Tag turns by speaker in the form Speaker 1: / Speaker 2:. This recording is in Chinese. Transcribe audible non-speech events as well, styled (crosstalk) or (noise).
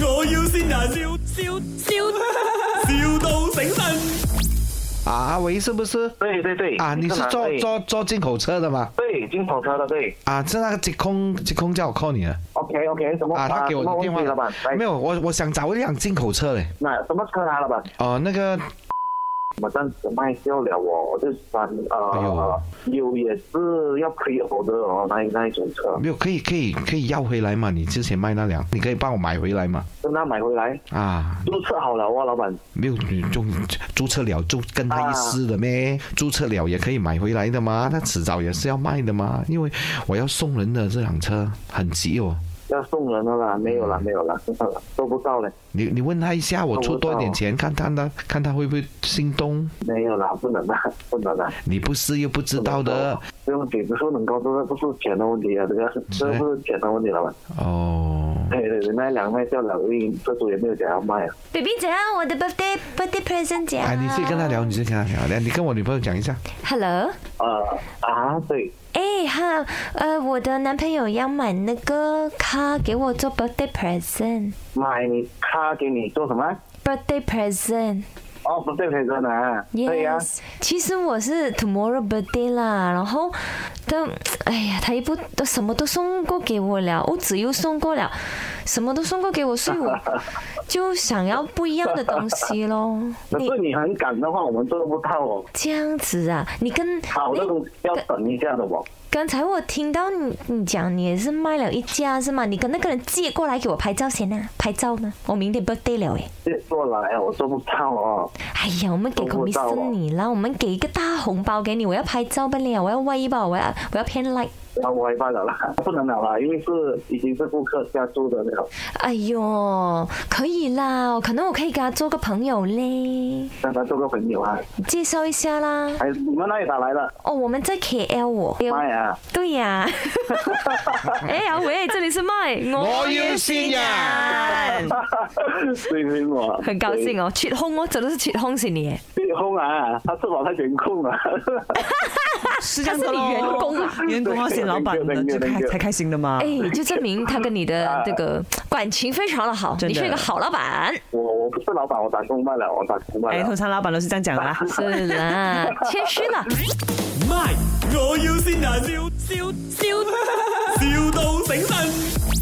Speaker 1: 要先人，笑笑笑，,笑到醒神。
Speaker 2: 啊，阿维是不是？
Speaker 3: 对对对。
Speaker 2: 啊，你是
Speaker 3: 哪
Speaker 2: 做
Speaker 3: 对
Speaker 2: 做做进口车的吗？
Speaker 3: 对进口车的对
Speaker 2: 啊，是那个疾控疾控叫我 call 你的
Speaker 3: OK OK 什么
Speaker 2: 啊，他给我
Speaker 3: 什么
Speaker 2: 的电
Speaker 3: 问题哎
Speaker 2: 话
Speaker 3: 老板来
Speaker 2: 没有，我我想找一辆进口车嘞。
Speaker 3: 那什么车啊老板？
Speaker 2: 哦，那个
Speaker 3: 我暂时卖掉了哦，我就算
Speaker 2: 哎
Speaker 3: 呃，有也是要亏我的哦，那那一种车，
Speaker 2: 没有，可以可以可以要回来嘛？你之前卖那辆，你可以帮我买回来嘛？
Speaker 3: 跟他买回来
Speaker 2: 啊，
Speaker 3: 注册好了哦，老板。
Speaker 2: 没有，你就注册了就跟他一撕的
Speaker 3: 啊
Speaker 2: 咩？注册了也可以买回来的嘛，那迟早也是要卖的嘛，因为我要送人的这辆车很急哦。
Speaker 3: 要送人了啦，没有
Speaker 2: 嗯
Speaker 3: 啦，没有啦，收不到嘞，
Speaker 2: 你你问他一下，我出多一点
Speaker 3: 我知道
Speaker 2: 钱，看看他看他会不会心动？
Speaker 3: 没有啦，不能啦， (laughs) 不能啦，
Speaker 2: 你不试又不知道的
Speaker 3: 这个问题不是能高，这个不是钱的问题啊，这个这个不是钱的问题，老板。
Speaker 2: 哦。
Speaker 3: 对对对，那两卖掉了，因为这组也没有想要卖啊。
Speaker 4: baby 怎样？我的 birthday birthday present 啊怎样？
Speaker 2: 哎，你自己跟他聊，你自己跟他聊，来，你跟我女朋友讲一下。
Speaker 4: Hello，
Speaker 3: 呃啊，对，
Speaker 4: 哎哈，呃，我的男朋友要买那个卡给我做 birthday present。
Speaker 3: 买你他给你做什么？
Speaker 4: Birthday present,
Speaker 3: 哦，不对，培真啊，对呀、
Speaker 4: yes。其实我是 tomorrow birthday 啦，然后他，哎呀，他一不都什么都送过给我了，屋子又送过了，什么都送过给我，所以我就想要不一样的东
Speaker 3: (laughs)
Speaker 4: 西咯。
Speaker 3: 可
Speaker 4: 你
Speaker 3: 是你很赶的话，我们做不到哦。
Speaker 4: 这样子啊，你跟
Speaker 3: 好的东西要等一下的哦。
Speaker 4: 刚才我听到你你讲你也是卖了一家是吗？你跟那个人借过来给我拍照先啊，拍照呢，我明天 birthday 了诶。
Speaker 3: 这做来我做不到哦。
Speaker 4: 哎呀，我们给
Speaker 3: 都不到
Speaker 4: commission
Speaker 3: 哦
Speaker 4: 你啦，我们给一个大红包给你，我要拍照不了，我要微吧，我要我要偏 like。
Speaker 3: 那我也罢了啦，不能了啦，因为是已经是顾客加注的了，
Speaker 4: 哎呦，可以啦，可能我可以跟他做个朋友嘞，
Speaker 3: 让他做个朋友啊。
Speaker 4: 介绍一下啦。
Speaker 3: 哎，你们那里打来了？
Speaker 4: 哦，我们在 KL 哦，
Speaker 3: 妈呀！
Speaker 4: 对呀、 (laughs) 哎呀喂，这里是麦，
Speaker 2: 我要先人。
Speaker 3: 对对我，
Speaker 4: 很高兴哦，切空哦，真的是切空是你耶，
Speaker 3: 对。对空啊，他是把他员控了。
Speaker 5: 是这
Speaker 4: 他是
Speaker 5: 样的
Speaker 4: 你
Speaker 5: 咯
Speaker 4: 员工啊。
Speaker 5: 员哦工要选老板的，就开才开心的嘛。
Speaker 4: 哎，就证明他跟你的这个感情非常的好，
Speaker 5: (laughs) 真的
Speaker 4: 你是一个好老板。
Speaker 3: 我我不是老板，我打工罢了，我打工罢
Speaker 5: 哎，
Speaker 3: 了
Speaker 5: 通。常老板 (laughs) 都是这样讲的啦。
Speaker 4: 是啦， (laughs) 谦虚了。
Speaker 1: 卖，我要先人，笑笑笑，,笑到醒神。